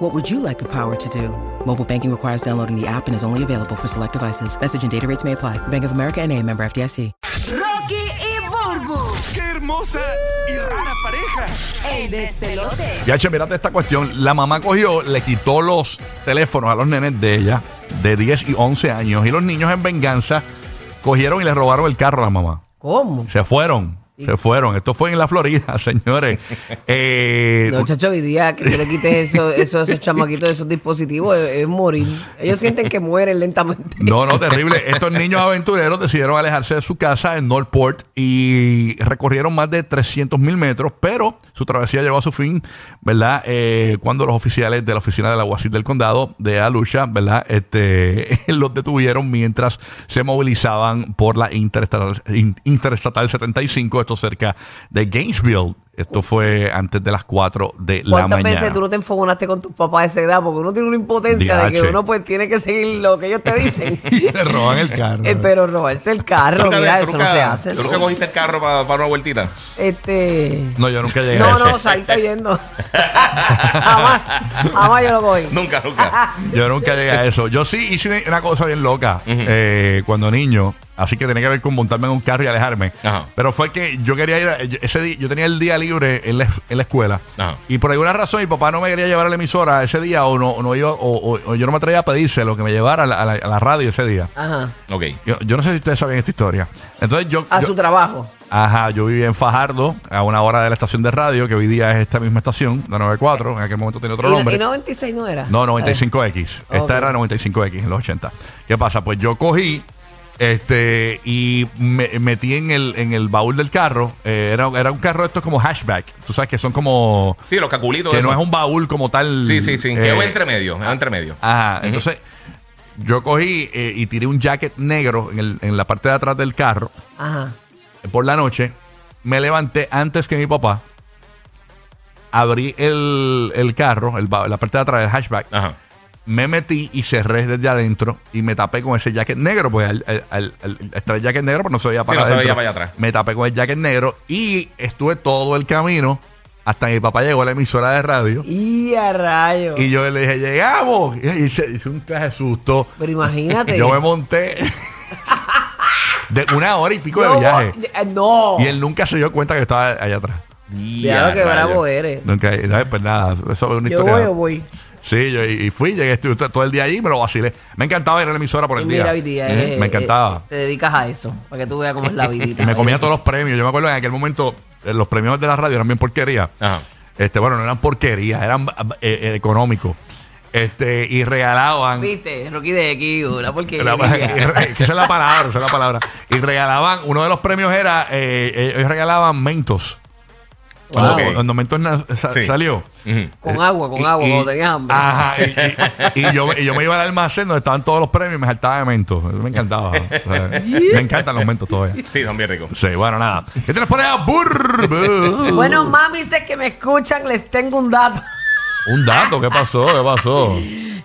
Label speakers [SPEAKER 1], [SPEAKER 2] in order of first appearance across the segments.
[SPEAKER 1] What would you like the power to do? Mobile banking requires downloading the app and is only available for select devices. Message and data rates may apply. Bank of America and a member FDIC.
[SPEAKER 2] Rocky y Burbu.
[SPEAKER 3] ¡Qué hermosa y rara pareja!
[SPEAKER 2] El despelote.
[SPEAKER 4] Ya, che, mírate esta cuestión. La mamá cogió, le quitó los teléfonos a los nenes de ella, de 10 y 11 años, y los niños en venganza cogieron y le robaron el carro a la mamá.
[SPEAKER 5] ¿Cómo?
[SPEAKER 4] Se fueron, se fueron. Esto fue en la Florida, señores. Eh,
[SPEAKER 5] No, chacho, hoy día que tú le quites eso, eso, esos chamaquitos, esos dispositivos, es, es morir. Ellos sienten que mueren lentamente.
[SPEAKER 4] No, no, terrible. Estos niños aventureros decidieron alejarse de su casa en Northport y recorrieron más de 300 mil metros, pero su travesía llegó a su fin, ¿verdad? Eh, cuando los oficiales de la oficina del aguacil del condado de Alucha, ¿verdad? Este, los detuvieron mientras se movilizaban por la interestatal, in- interestatal 75, esto cerca de Gainesville. Esto fue antes de las 4 de la
[SPEAKER 5] ¿Cuántas
[SPEAKER 4] mañana.
[SPEAKER 5] veces tú no te enfogonaste con tus papás a esa edad? Porque uno tiene una impotencia de que
[SPEAKER 4] Diache.
[SPEAKER 5] uno pues tiene que seguir lo que ellos te dicen.
[SPEAKER 4] Y le roban el carro.
[SPEAKER 5] Eh, pero robarse el carro,
[SPEAKER 6] Truca de-
[SPEAKER 5] mira, eso no
[SPEAKER 6] truca-
[SPEAKER 5] se hace.
[SPEAKER 6] Truca
[SPEAKER 5] ¿no?
[SPEAKER 6] cogiste el carro para una vueltita.
[SPEAKER 5] Este...
[SPEAKER 4] No, yo nunca llegué a
[SPEAKER 5] No,
[SPEAKER 4] eso.
[SPEAKER 5] no, Saí está yendo. jamás, jamás yo lo cogí.
[SPEAKER 6] Nunca, nunca.
[SPEAKER 4] Yo nunca llegué a eso. Yo sí hice una- una cosa bien loca eh, cuando niño, así que tenía que ver con montarme en un carro y alejarme.
[SPEAKER 6] Ajá.
[SPEAKER 4] Pero fue que yo quería ir, a- yo- ese día, yo tenía el día libre en la, en la escuela
[SPEAKER 6] Ajá.
[SPEAKER 4] y por alguna razón mi papá no me quería llevar a la emisora ese día o no, o no iba- o- o- o yo no me atrevía a pedírselo que me llevara a la, a la- a la radio ese día.
[SPEAKER 5] Ajá,
[SPEAKER 6] Ok.
[SPEAKER 4] Yo, yo no sé si ustedes saben esta historia. Entonces yo,
[SPEAKER 5] a
[SPEAKER 4] yo-
[SPEAKER 5] su trabajo.
[SPEAKER 4] Ajá, yo vivía en Fajardo, a una hora de la estación de radio, que hoy día es esta misma estación, la 94, en aquel momento tenía otro
[SPEAKER 5] ¿Y,
[SPEAKER 4] nombre.
[SPEAKER 5] y 96 no era?
[SPEAKER 6] Eh,
[SPEAKER 4] No, 95X.
[SPEAKER 5] Ok.
[SPEAKER 4] Esta era 95X en los 80. ¿Qué pasa? Pues yo cogí este y me metí en el, en el baúl del carro. Eh, era, era un carro, esto es como hatchback. Tú sabes que son como.
[SPEAKER 6] Sí, los caculitos.
[SPEAKER 4] que
[SPEAKER 6] esos.
[SPEAKER 4] no es un baúl como tal.
[SPEAKER 6] Sí, sí, sí.
[SPEAKER 4] eh, ah,
[SPEAKER 6] Que es un entremedio. Es un entremedio.
[SPEAKER 4] Ajá, entonces yo cogí eh, y tiré un jacket negro en, el- en la parte de atrás del carro
[SPEAKER 5] Ajá.
[SPEAKER 4] eh, por la noche. Me levanté antes que mi papá. Abrí el, el carro, el, ba- la parte de atrás del hatchback
[SPEAKER 6] Ajá.
[SPEAKER 4] me metí y cerré desde adentro y me tapé con ese jacket negro, pues al, al, al- al- al traer jacket negro, pues no se veía para,
[SPEAKER 6] no se veía
[SPEAKER 4] adentro.
[SPEAKER 6] para allá atrás.
[SPEAKER 4] Me tapé con el jacket negro y estuve todo el camino hasta que mi papá llegó a la emisora de radio
[SPEAKER 5] Y a rayo.
[SPEAKER 4] y yo le dije, llegamos. Y hice, hice un traje de susto.
[SPEAKER 5] Pero imagínate.
[SPEAKER 4] Yo me monté de una hora y pico
[SPEAKER 5] No,
[SPEAKER 4] de viaje.
[SPEAKER 5] eh, No.
[SPEAKER 4] Y él nunca se dio cuenta que estaba allá atrás.
[SPEAKER 5] Ya lo que
[SPEAKER 6] rayo.
[SPEAKER 5] bravo eres.
[SPEAKER 4] Nunca, ¿sabes? pues nada, eso es una
[SPEAKER 5] Yo
[SPEAKER 4] historia.
[SPEAKER 5] voy, yo voy.
[SPEAKER 4] Sí, yo y, y fui, llegué, estuve to- todo el día ahí y me lo vacilé. Me encantaba ir a la emisora por
[SPEAKER 5] Y
[SPEAKER 4] el día.
[SPEAKER 5] mira, hoy día
[SPEAKER 4] Ujú,
[SPEAKER 5] eres,
[SPEAKER 4] me
[SPEAKER 5] eh,
[SPEAKER 4] encantaba.
[SPEAKER 5] eh, te dedicas a eso, para que tú veas cómo es la vidita.
[SPEAKER 4] y me comía
[SPEAKER 5] eh.
[SPEAKER 4] todos los premios. Yo me acuerdo en aquel momento, eh, los premios de la radio eran bien porquería.
[SPEAKER 6] Ajá.
[SPEAKER 4] Este, bueno, no eran porquería, eran eh, eh, económicos. Este, y regalaban.
[SPEAKER 5] Viste, Rocky de aquí, una porque
[SPEAKER 4] la- que esa es la palabra, esa es la palabra. Y regalaban, uno de los premios era, eh, ellos regalaban mentos. Cuando,
[SPEAKER 6] Wow.
[SPEAKER 4] cuando Mentos na- sa-
[SPEAKER 6] Sí.
[SPEAKER 4] salió.
[SPEAKER 6] Ujú.
[SPEAKER 5] con agua, con agua,
[SPEAKER 4] Y- Ah.
[SPEAKER 5] cuando tenías hambre.
[SPEAKER 4] Ajá, y, y- y yo, y yo me iba al almacén donde estaban todos los premios y me saltaba de mentos. Eso Me encantaba. O sea, me encantan los mentos todavía.
[SPEAKER 6] Sí, son bien ricos.
[SPEAKER 4] Sí, bueno, nada. ¿Qué tienes por allá? Burr, burr.
[SPEAKER 5] Bueno, mami, sé que me escuchan, les tengo un dato.
[SPEAKER 4] Un dato, ¿qué pasó? ¿Qué pasó?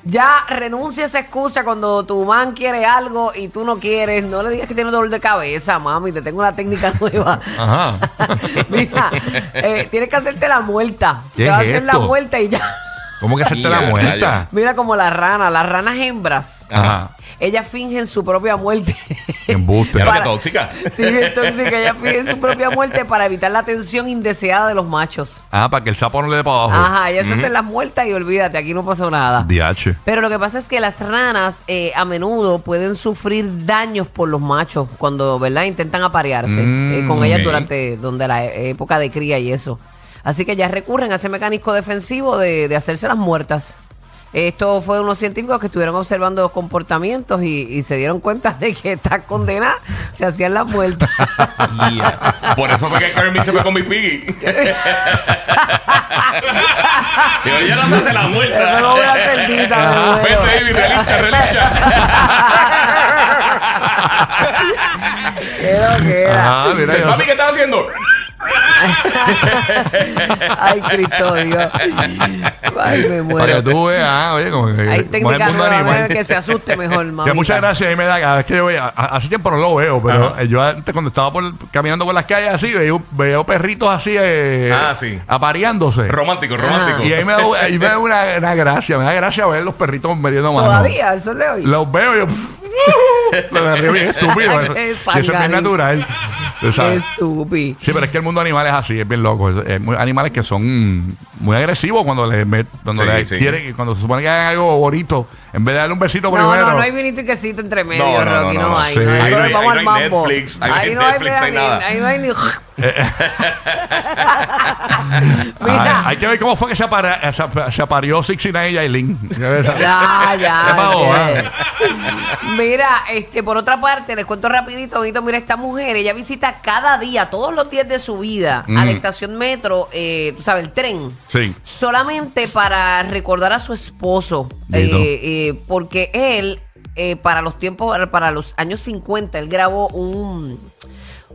[SPEAKER 5] Ya renuncia a esa excusa cuando tu man quiere algo y tú no quieres. No le digas que tiene dolor de cabeza, mami. Te tengo una técnica nueva.
[SPEAKER 4] Ajá.
[SPEAKER 5] Mira, eh, tienes que hacerte la muerta.
[SPEAKER 4] ¿Qué
[SPEAKER 5] Te vas a
[SPEAKER 4] es
[SPEAKER 5] hacer la
[SPEAKER 4] esto?
[SPEAKER 5] muerta y ya.
[SPEAKER 4] ¿Cómo que hacerte la
[SPEAKER 6] Ya,
[SPEAKER 4] muerta?
[SPEAKER 5] Mira como la rana, las ranas hembras.
[SPEAKER 4] Ajá.
[SPEAKER 5] Ellas fingen su propia muerte.
[SPEAKER 4] Embuste.
[SPEAKER 6] Ya lo que
[SPEAKER 5] Para-
[SPEAKER 6] tóxica.
[SPEAKER 5] Sí, entonces que ellas fingen su propia muerte para evitar la atención indeseada de los machos.
[SPEAKER 4] Ah, para que el sapo no le dé para abajo.
[SPEAKER 5] Ajá, ellas hacen las muertas y olvídate, aquí no pasó nada.
[SPEAKER 4] DH.
[SPEAKER 5] Pero lo que pasa es que las ranas eh, a menudo pueden sufrir daños por los machos cuando, ¿verdad? Intentan aparearse eh, con ellas
[SPEAKER 6] ok.
[SPEAKER 5] durante donde la e- época de cría y eso. Así que ya recurren a ese mecanismo defensivo de, de hacerse las muertas. Esto fue unos científicos que estuvieron observando los comportamientos y, y se dieron cuenta de que estas condenas se hacían las muertas.
[SPEAKER 6] Yeah. Por eso fue que Kermit se fue con mi piggy. Yo ya no se hace la
[SPEAKER 5] Eso no es una
[SPEAKER 6] muerta.
[SPEAKER 5] cerdita, me muero.
[SPEAKER 6] Ven, baby, relicha, relicha.
[SPEAKER 5] Qué loquera.
[SPEAKER 4] Ajá, Ah, mira, yo-
[SPEAKER 6] Papi, ¿qué estás haciendo?
[SPEAKER 5] Ay, Cristo Dios. Ay,
[SPEAKER 4] para
[SPEAKER 5] me
[SPEAKER 4] que
[SPEAKER 5] muero.
[SPEAKER 4] tú veas, ah, oye, como que-
[SPEAKER 5] Hay
[SPEAKER 4] como es el
[SPEAKER 5] técnicas
[SPEAKER 4] mundo
[SPEAKER 5] nuevas
[SPEAKER 4] animal.
[SPEAKER 5] nuevas que se asuste mejor,
[SPEAKER 4] Ya,
[SPEAKER 5] mamita.
[SPEAKER 4] muchas gracias, ahí me da cada vez que yo veía- a- hace tiempo no lo veo, pero eh, yo antes cuando estaba por- caminando por las calles así, veo, veo perritos así eh,
[SPEAKER 6] Ah, sí.
[SPEAKER 4] apareándose.
[SPEAKER 6] Romántico, romántico.
[SPEAKER 4] y ahí me da, ahí me da una, una gracia, me da gracia ver los perritos metiendo mano.
[SPEAKER 5] Todavía, al sol de hoy.
[SPEAKER 4] Los veo y yo. me da río bien estúpido. eso,
[SPEAKER 5] Qué
[SPEAKER 4] y eso es bien
[SPEAKER 5] sangarín.
[SPEAKER 4] natural. tú
[SPEAKER 5] Qué
[SPEAKER 4] sabes.
[SPEAKER 5] estúpido.
[SPEAKER 4] Sí, pero es que el mundo animal es así, es bien loco. Es- es muy- animales que son muy agresivos cuando les met- cuando
[SPEAKER 6] Sí,
[SPEAKER 4] les
[SPEAKER 6] sí.
[SPEAKER 4] quieren, cuando se supone que hagan algo bonito, en vez de darle un besito
[SPEAKER 5] No,
[SPEAKER 4] primero.
[SPEAKER 5] no, no hay vinito y quesito entre medio,
[SPEAKER 6] No, no, no,
[SPEAKER 5] Rocky, no,
[SPEAKER 6] no, no.
[SPEAKER 5] hay.
[SPEAKER 4] Sí.
[SPEAKER 5] No,
[SPEAKER 4] Ahí
[SPEAKER 5] Eso
[SPEAKER 4] no
[SPEAKER 5] nos
[SPEAKER 6] hay-
[SPEAKER 5] vamos
[SPEAKER 6] ahí
[SPEAKER 5] al
[SPEAKER 6] no hay
[SPEAKER 5] mambo.
[SPEAKER 6] Netflix, ahí no hay
[SPEAKER 5] Ahí no hay
[SPEAKER 6] Netflix, no hay
[SPEAKER 5] verano,
[SPEAKER 6] nada.
[SPEAKER 5] ahí no hay ni...
[SPEAKER 4] Ah,
[SPEAKER 5] Mira.
[SPEAKER 4] hay que ver cómo fue que se, apara, eh, se, ap- se apareó Sixina y Yailin.
[SPEAKER 5] Ya, ya.
[SPEAKER 4] Ya pagó,
[SPEAKER 5] entiende. Mira, este, por otra parte, les cuento rapidito, Benito, mira, esta mujer, ella visita cada día, todos los días de su vida, a la estación metro, eh, tú sabes, el tren.
[SPEAKER 4] Sí.
[SPEAKER 5] Solamente para recordar a su esposo.
[SPEAKER 4] Dito.
[SPEAKER 5] eh, eh, porque él, eh, para los tiempos, para los años 50, él grabó un,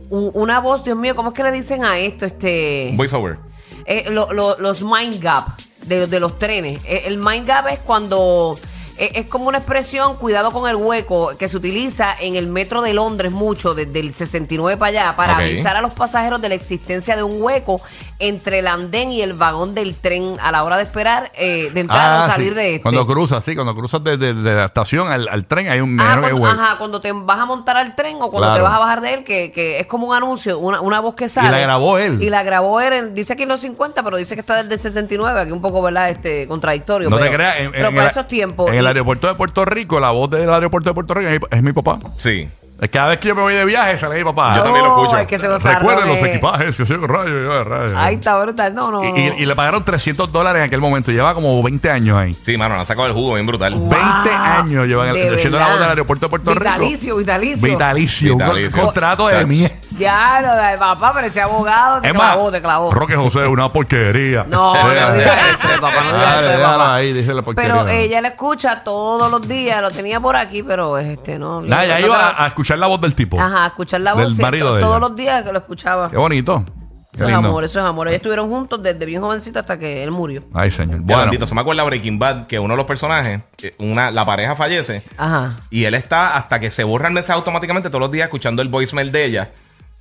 [SPEAKER 5] un- una voz, Dios mío, ¿cómo es que le dicen a esto? Este.
[SPEAKER 6] Voice over.
[SPEAKER 5] Eh, lo- lo- los mind gap de, de los trenes. Eh, el mind gap es cuando eh, es como una expresión, cuidado con el hueco, que se utiliza en el metro de Londres mucho, desde el 69 para allá, para
[SPEAKER 6] Ok.
[SPEAKER 5] avisar a los pasajeros de la existencia de un hueco entre el andén y el vagón del tren a la hora de esperar, eh, de entrar
[SPEAKER 4] Ah,
[SPEAKER 5] o salir
[SPEAKER 4] sí.
[SPEAKER 5] de este.
[SPEAKER 4] Cuando cruzas, sí, cuando cruzas de, de- de la estación al, al tren hay un
[SPEAKER 5] Ajá,
[SPEAKER 4] negro que
[SPEAKER 5] Ah, cuando,
[SPEAKER 4] huele.
[SPEAKER 5] ajá, cuando te vas a montar al tren o cuando te
[SPEAKER 4] Claro.
[SPEAKER 5] vas a bajar de él, que, que es como un anuncio, una, una voz que sale.
[SPEAKER 4] la grabó él.
[SPEAKER 5] Y la grabó él, en- dice aquí en los 50, pero dice que está desde el 69, aquí un poco, ¿verdad? Este, contradictorio.
[SPEAKER 4] No
[SPEAKER 5] pero,
[SPEAKER 4] te creas, en,
[SPEAKER 5] pero
[SPEAKER 4] en
[SPEAKER 5] para
[SPEAKER 4] el-
[SPEAKER 5] esos tiempos.
[SPEAKER 4] En el
[SPEAKER 5] y-
[SPEAKER 4] aeropuerto de Puerto Rico, la voz del aeropuerto de Puerto Rico es, mi- es mi papá.
[SPEAKER 6] Sí.
[SPEAKER 4] Es que Cada vez que yo me voy de viaje, sale mi papá.
[SPEAKER 6] Yo también lo escucho.
[SPEAKER 5] Ay, Oh, que se gozaron,
[SPEAKER 4] Recuerden los
[SPEAKER 5] eh.
[SPEAKER 4] equipajes, que soy un rayo, yo de rayo.
[SPEAKER 5] Ay, está brutal. No, no.
[SPEAKER 4] Y, y- y le pagaron 300 dólares en aquel momento. Lleva como 20 años ahí.
[SPEAKER 6] Sí, mano, han sacado el jugo bien brutal.
[SPEAKER 4] 20 años llevan el-
[SPEAKER 5] Ah, de
[SPEAKER 4] haciendo la
[SPEAKER 5] verdad.
[SPEAKER 4] voz del aeropuerto de Puerto
[SPEAKER 5] Vitalicio,
[SPEAKER 4] Rico.
[SPEAKER 5] vitalicio.
[SPEAKER 4] Vitalicio. Un
[SPEAKER 6] Vitalicio.
[SPEAKER 4] con- contrato de
[SPEAKER 6] Tacho.
[SPEAKER 4] mierda.
[SPEAKER 5] Ya, lo de papá, pero ese abogado te
[SPEAKER 4] Es más,
[SPEAKER 5] clavó, te clavó.
[SPEAKER 4] Roque José es una porquería.
[SPEAKER 5] No, no
[SPEAKER 4] Déjala.
[SPEAKER 5] diga eso, papá, no diga
[SPEAKER 4] Dale,
[SPEAKER 5] eso,
[SPEAKER 4] déjala
[SPEAKER 5] papá.
[SPEAKER 4] ahí, dice la porquería.
[SPEAKER 5] Pero ella la escucha todos los días, lo tenía por aquí, pero este no.
[SPEAKER 4] Nada, ya
[SPEAKER 5] no
[SPEAKER 4] iba
[SPEAKER 5] te la-
[SPEAKER 4] a, a escuchar la voz del tipo.
[SPEAKER 5] Ajá, escuchar la
[SPEAKER 4] Del
[SPEAKER 5] voz sí,
[SPEAKER 4] marido
[SPEAKER 5] to-
[SPEAKER 4] de
[SPEAKER 5] todos
[SPEAKER 4] ella.
[SPEAKER 5] los días que lo escuchaba.
[SPEAKER 4] Qué bonito. Qué
[SPEAKER 5] Eso es
[SPEAKER 4] lindo.
[SPEAKER 5] amor, eso es amor. Ellos estuvieron juntos desde bien jovencito hasta que él murió.
[SPEAKER 4] Ay, señor.
[SPEAKER 6] Ya,
[SPEAKER 4] Bueno,
[SPEAKER 6] bendito, se me acuerda Breaking Bad que uno de los personajes, eh, una, la pareja fallece
[SPEAKER 5] Ajá.
[SPEAKER 6] y él está hasta que se borra el mensaje automáticamente todos los días escuchando el voicemail de ella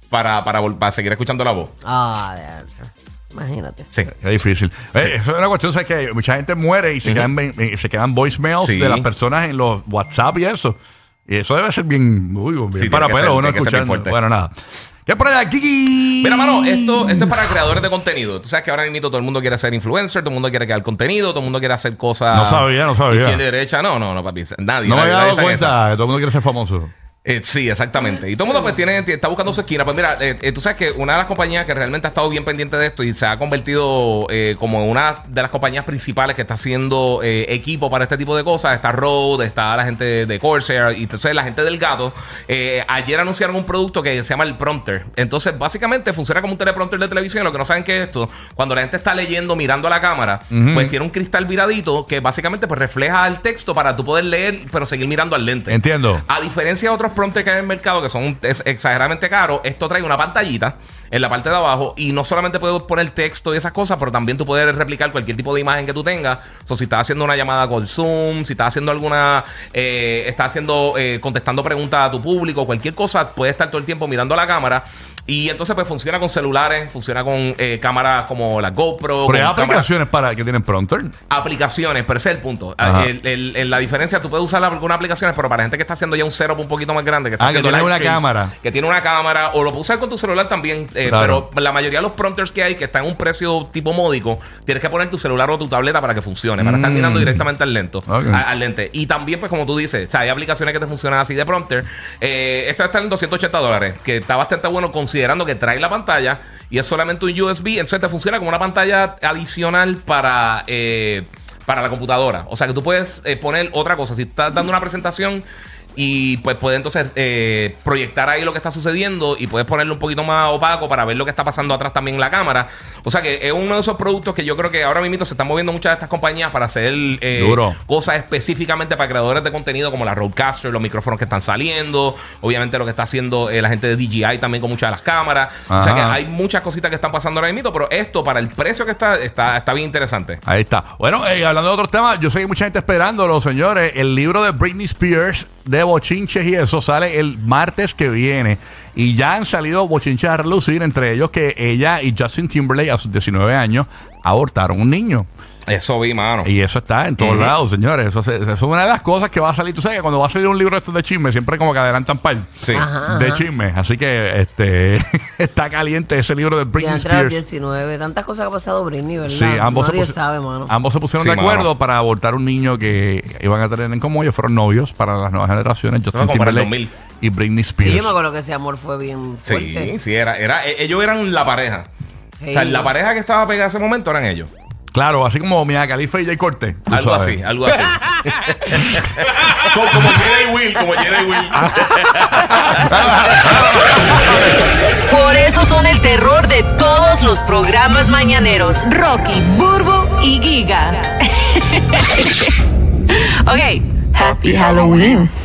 [SPEAKER 6] para, para, vol- para seguir escuchando la voz.
[SPEAKER 5] Ah, diablo. imagínate.
[SPEAKER 6] Sí.
[SPEAKER 4] es difícil. Eh, eso es una cuestión, ¿sabes? Que mucha gente muere y se, quedan, ve- eh, se quedan voicemails
[SPEAKER 6] Sí.
[SPEAKER 4] de las personas en los WhatsApp y eso. Y eso debe ser bien, uy, bien
[SPEAKER 6] tiene
[SPEAKER 4] para
[SPEAKER 6] que
[SPEAKER 4] pelo
[SPEAKER 6] ser-
[SPEAKER 4] uno
[SPEAKER 6] tiene que ser bien
[SPEAKER 4] escuchando.
[SPEAKER 6] fuerte.
[SPEAKER 4] Bueno, nada. ¿Qué por aquí?
[SPEAKER 6] Mira, mano, esto, esto es para creadores de contenido. Tú sabes que ahora mismo todo el mundo quiere ser influencer, todo el mundo quiere crear contenido, todo el mundo quiere hacer cosas.
[SPEAKER 4] No sabía, no sabía.
[SPEAKER 6] Izquierda y derecha, no, no, no, papi. Nadie.
[SPEAKER 4] No me había
[SPEAKER 6] nadie, nadie
[SPEAKER 4] dado
[SPEAKER 6] está en esa.
[SPEAKER 4] cuenta. que Todo el mundo quiere ser famoso.
[SPEAKER 6] Eh, sí, exactamente. Y todo el mundo pues tiene, está buscando su esquina. Pues mira, eh, eh, tú sabes que una de las compañías que realmente ha estado bien pendiente de esto y se ha convertido eh, como en una de las compañías principales que está haciendo eh, equipo para este tipo de cosas, está Rode, está la gente de Corsair y entonces la gente del gato. eh, ayer anunciaron un producto que se llama el prompter. Entonces básicamente funciona como un teleprompter de televisión. Lo que no saben que es esto, cuando la gente está leyendo, mirando a la cámara, pues tiene un cristal viradito que básicamente pues refleja el texto para tú poder leer pero seguir mirando al lente.
[SPEAKER 4] Entiendo.
[SPEAKER 6] A diferencia de otros prompters que hay en el mercado que son ex- exageradamente caros, esto trae una pantallita en la parte de abajo y no solamente puedes poner texto y esas cosas, pero también tú puedes replicar cualquier tipo de imagen que tú tengas. O sea, si estás haciendo una llamada con Zoom, si estás haciendo alguna, eh, estás haciendo, eh, contestando preguntas a tu público, cualquier cosa, puedes estar todo el tiempo mirando a la cámara. Y entonces pues funciona con celulares, funciona con eh, cámaras como la
[SPEAKER 4] Pero hay
[SPEAKER 6] GoPro. con cámaras-
[SPEAKER 4] aplicaciones para que tienen prompter.
[SPEAKER 6] aplicaciones, pero ese es el punto. Ah,
[SPEAKER 4] Ajá.
[SPEAKER 6] El- el- el- la diferencia, tú puedes usar algunas aplicaciones, pero para gente que está haciendo ya un setup un poquito más grande, que está
[SPEAKER 4] Ah, que
[SPEAKER 6] haciendo
[SPEAKER 4] tiene
[SPEAKER 6] live
[SPEAKER 4] una
[SPEAKER 6] streams,
[SPEAKER 4] cámara.
[SPEAKER 6] Que tiene una cámara, o lo puedes usar con tu celular también, eh,
[SPEAKER 4] Claro.
[SPEAKER 6] pero la mayoría de los prompters que hay, que están en un precio tipo módico, tienes que poner tu celular o tu tableta para que funcione, para estar mirando directamente al lento.
[SPEAKER 4] Mm. Ok.
[SPEAKER 6] a- al lente. Y también, pues como tú dices, o sea, hay aplicaciones que te funcionan así de prompter. Eh, esta está en 280 dólares, que está bastante bueno considerando que trae la pantalla y es solamente un USB, entonces te funciona como una pantalla adicional para... eh, para la computadora. O sea que tú puedes eh, poner otra cosa. Si estás dando una presentación y pues puedes entonces eh, proyectar ahí lo que está sucediendo y puedes ponerlo un poquito más opaco para ver lo que está pasando atrás también en la cámara. O sea que es uno de esos productos que yo creo que ahora mismo se están moviendo muchas de estas compañías para hacer eh,
[SPEAKER 4] Duro.
[SPEAKER 6] cosas específicamente para creadores de contenido como la Roadcaster, los micrófonos que están saliendo, obviamente lo que está haciendo eh, la gente de DJI también con muchas de las cámaras. O sea que
[SPEAKER 4] Ajá.
[SPEAKER 6] hay muchas cositas que están pasando ahora mismo, pero esto para el precio que está está, está bien interesante.
[SPEAKER 4] Ahí está. Bueno, eh, hablando de otros temas, yo sé que hay mucha gente esperándolo, señores. El libro de Britney Spears de bochinches y eso sale el martes que viene. Y ya han salido bochinches a relucir, entre ellos que ella y Justin Timberlake a sus 19 años abortaron un niño.
[SPEAKER 6] Eso vi, mano.
[SPEAKER 4] Y eso está en todos
[SPEAKER 6] Ujú.
[SPEAKER 4] lados, señores. Eso, se- eso es una de las cosas que va a salir. Tú sabes que cuando va a salir un libro de estos de chisme, siempre como que adelantan par
[SPEAKER 6] Sí.
[SPEAKER 4] de chisme. Así que este está caliente ese libro de
[SPEAKER 5] Ya
[SPEAKER 4] Britney
[SPEAKER 5] entre los
[SPEAKER 4] Spears.
[SPEAKER 5] 19, tantas cosas que ha pasado Britney, ¿verdad?
[SPEAKER 4] Sí, ambos
[SPEAKER 5] Nadie
[SPEAKER 4] se pusi-
[SPEAKER 5] sabe, mano.
[SPEAKER 4] ambos se pusieron
[SPEAKER 6] Sí,
[SPEAKER 4] de acuerdo
[SPEAKER 6] mano.
[SPEAKER 4] para abortar un niño que iban a tener en común. Ellos fueron novios para las nuevas generaciones, Justin
[SPEAKER 6] como para el
[SPEAKER 4] Timberlake
[SPEAKER 6] 2000.
[SPEAKER 4] y Britney Spears.
[SPEAKER 5] Sí, yo me acuerdo que ese amor fue bien fuerte.
[SPEAKER 6] Sí, sí, era, era, e- ellos eran la pareja. O sea,
[SPEAKER 5] Sí.
[SPEAKER 6] la pareja que estaba pegada en ese momento eran ellos.
[SPEAKER 4] claro, así como Mia Khalifa y Jay Cortez. tú
[SPEAKER 6] Algo
[SPEAKER 4] sabes.
[SPEAKER 6] así, algo así. Co- como Jedi Will, como Jedi Will.
[SPEAKER 2] Por eso son el terror de todos los programas mañaneros. Rocky, Burbu y Giga. ok. Happy Halloween.